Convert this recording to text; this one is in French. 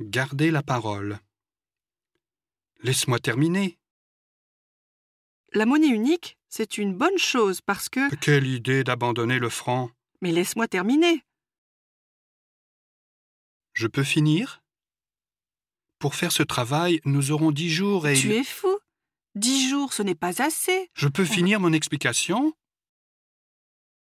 Gardez la parole. Laisse-moi terminer. La monnaie unique, c'est une bonne chose parce que... Quelle idée d'abandonner le franc. Mais laisse-moi terminer. Je peux finir Pour faire ce travail, nous aurons dix jours et... Tu es fou. Dix jours, ce n'est pas assez. Je peux finir mon explication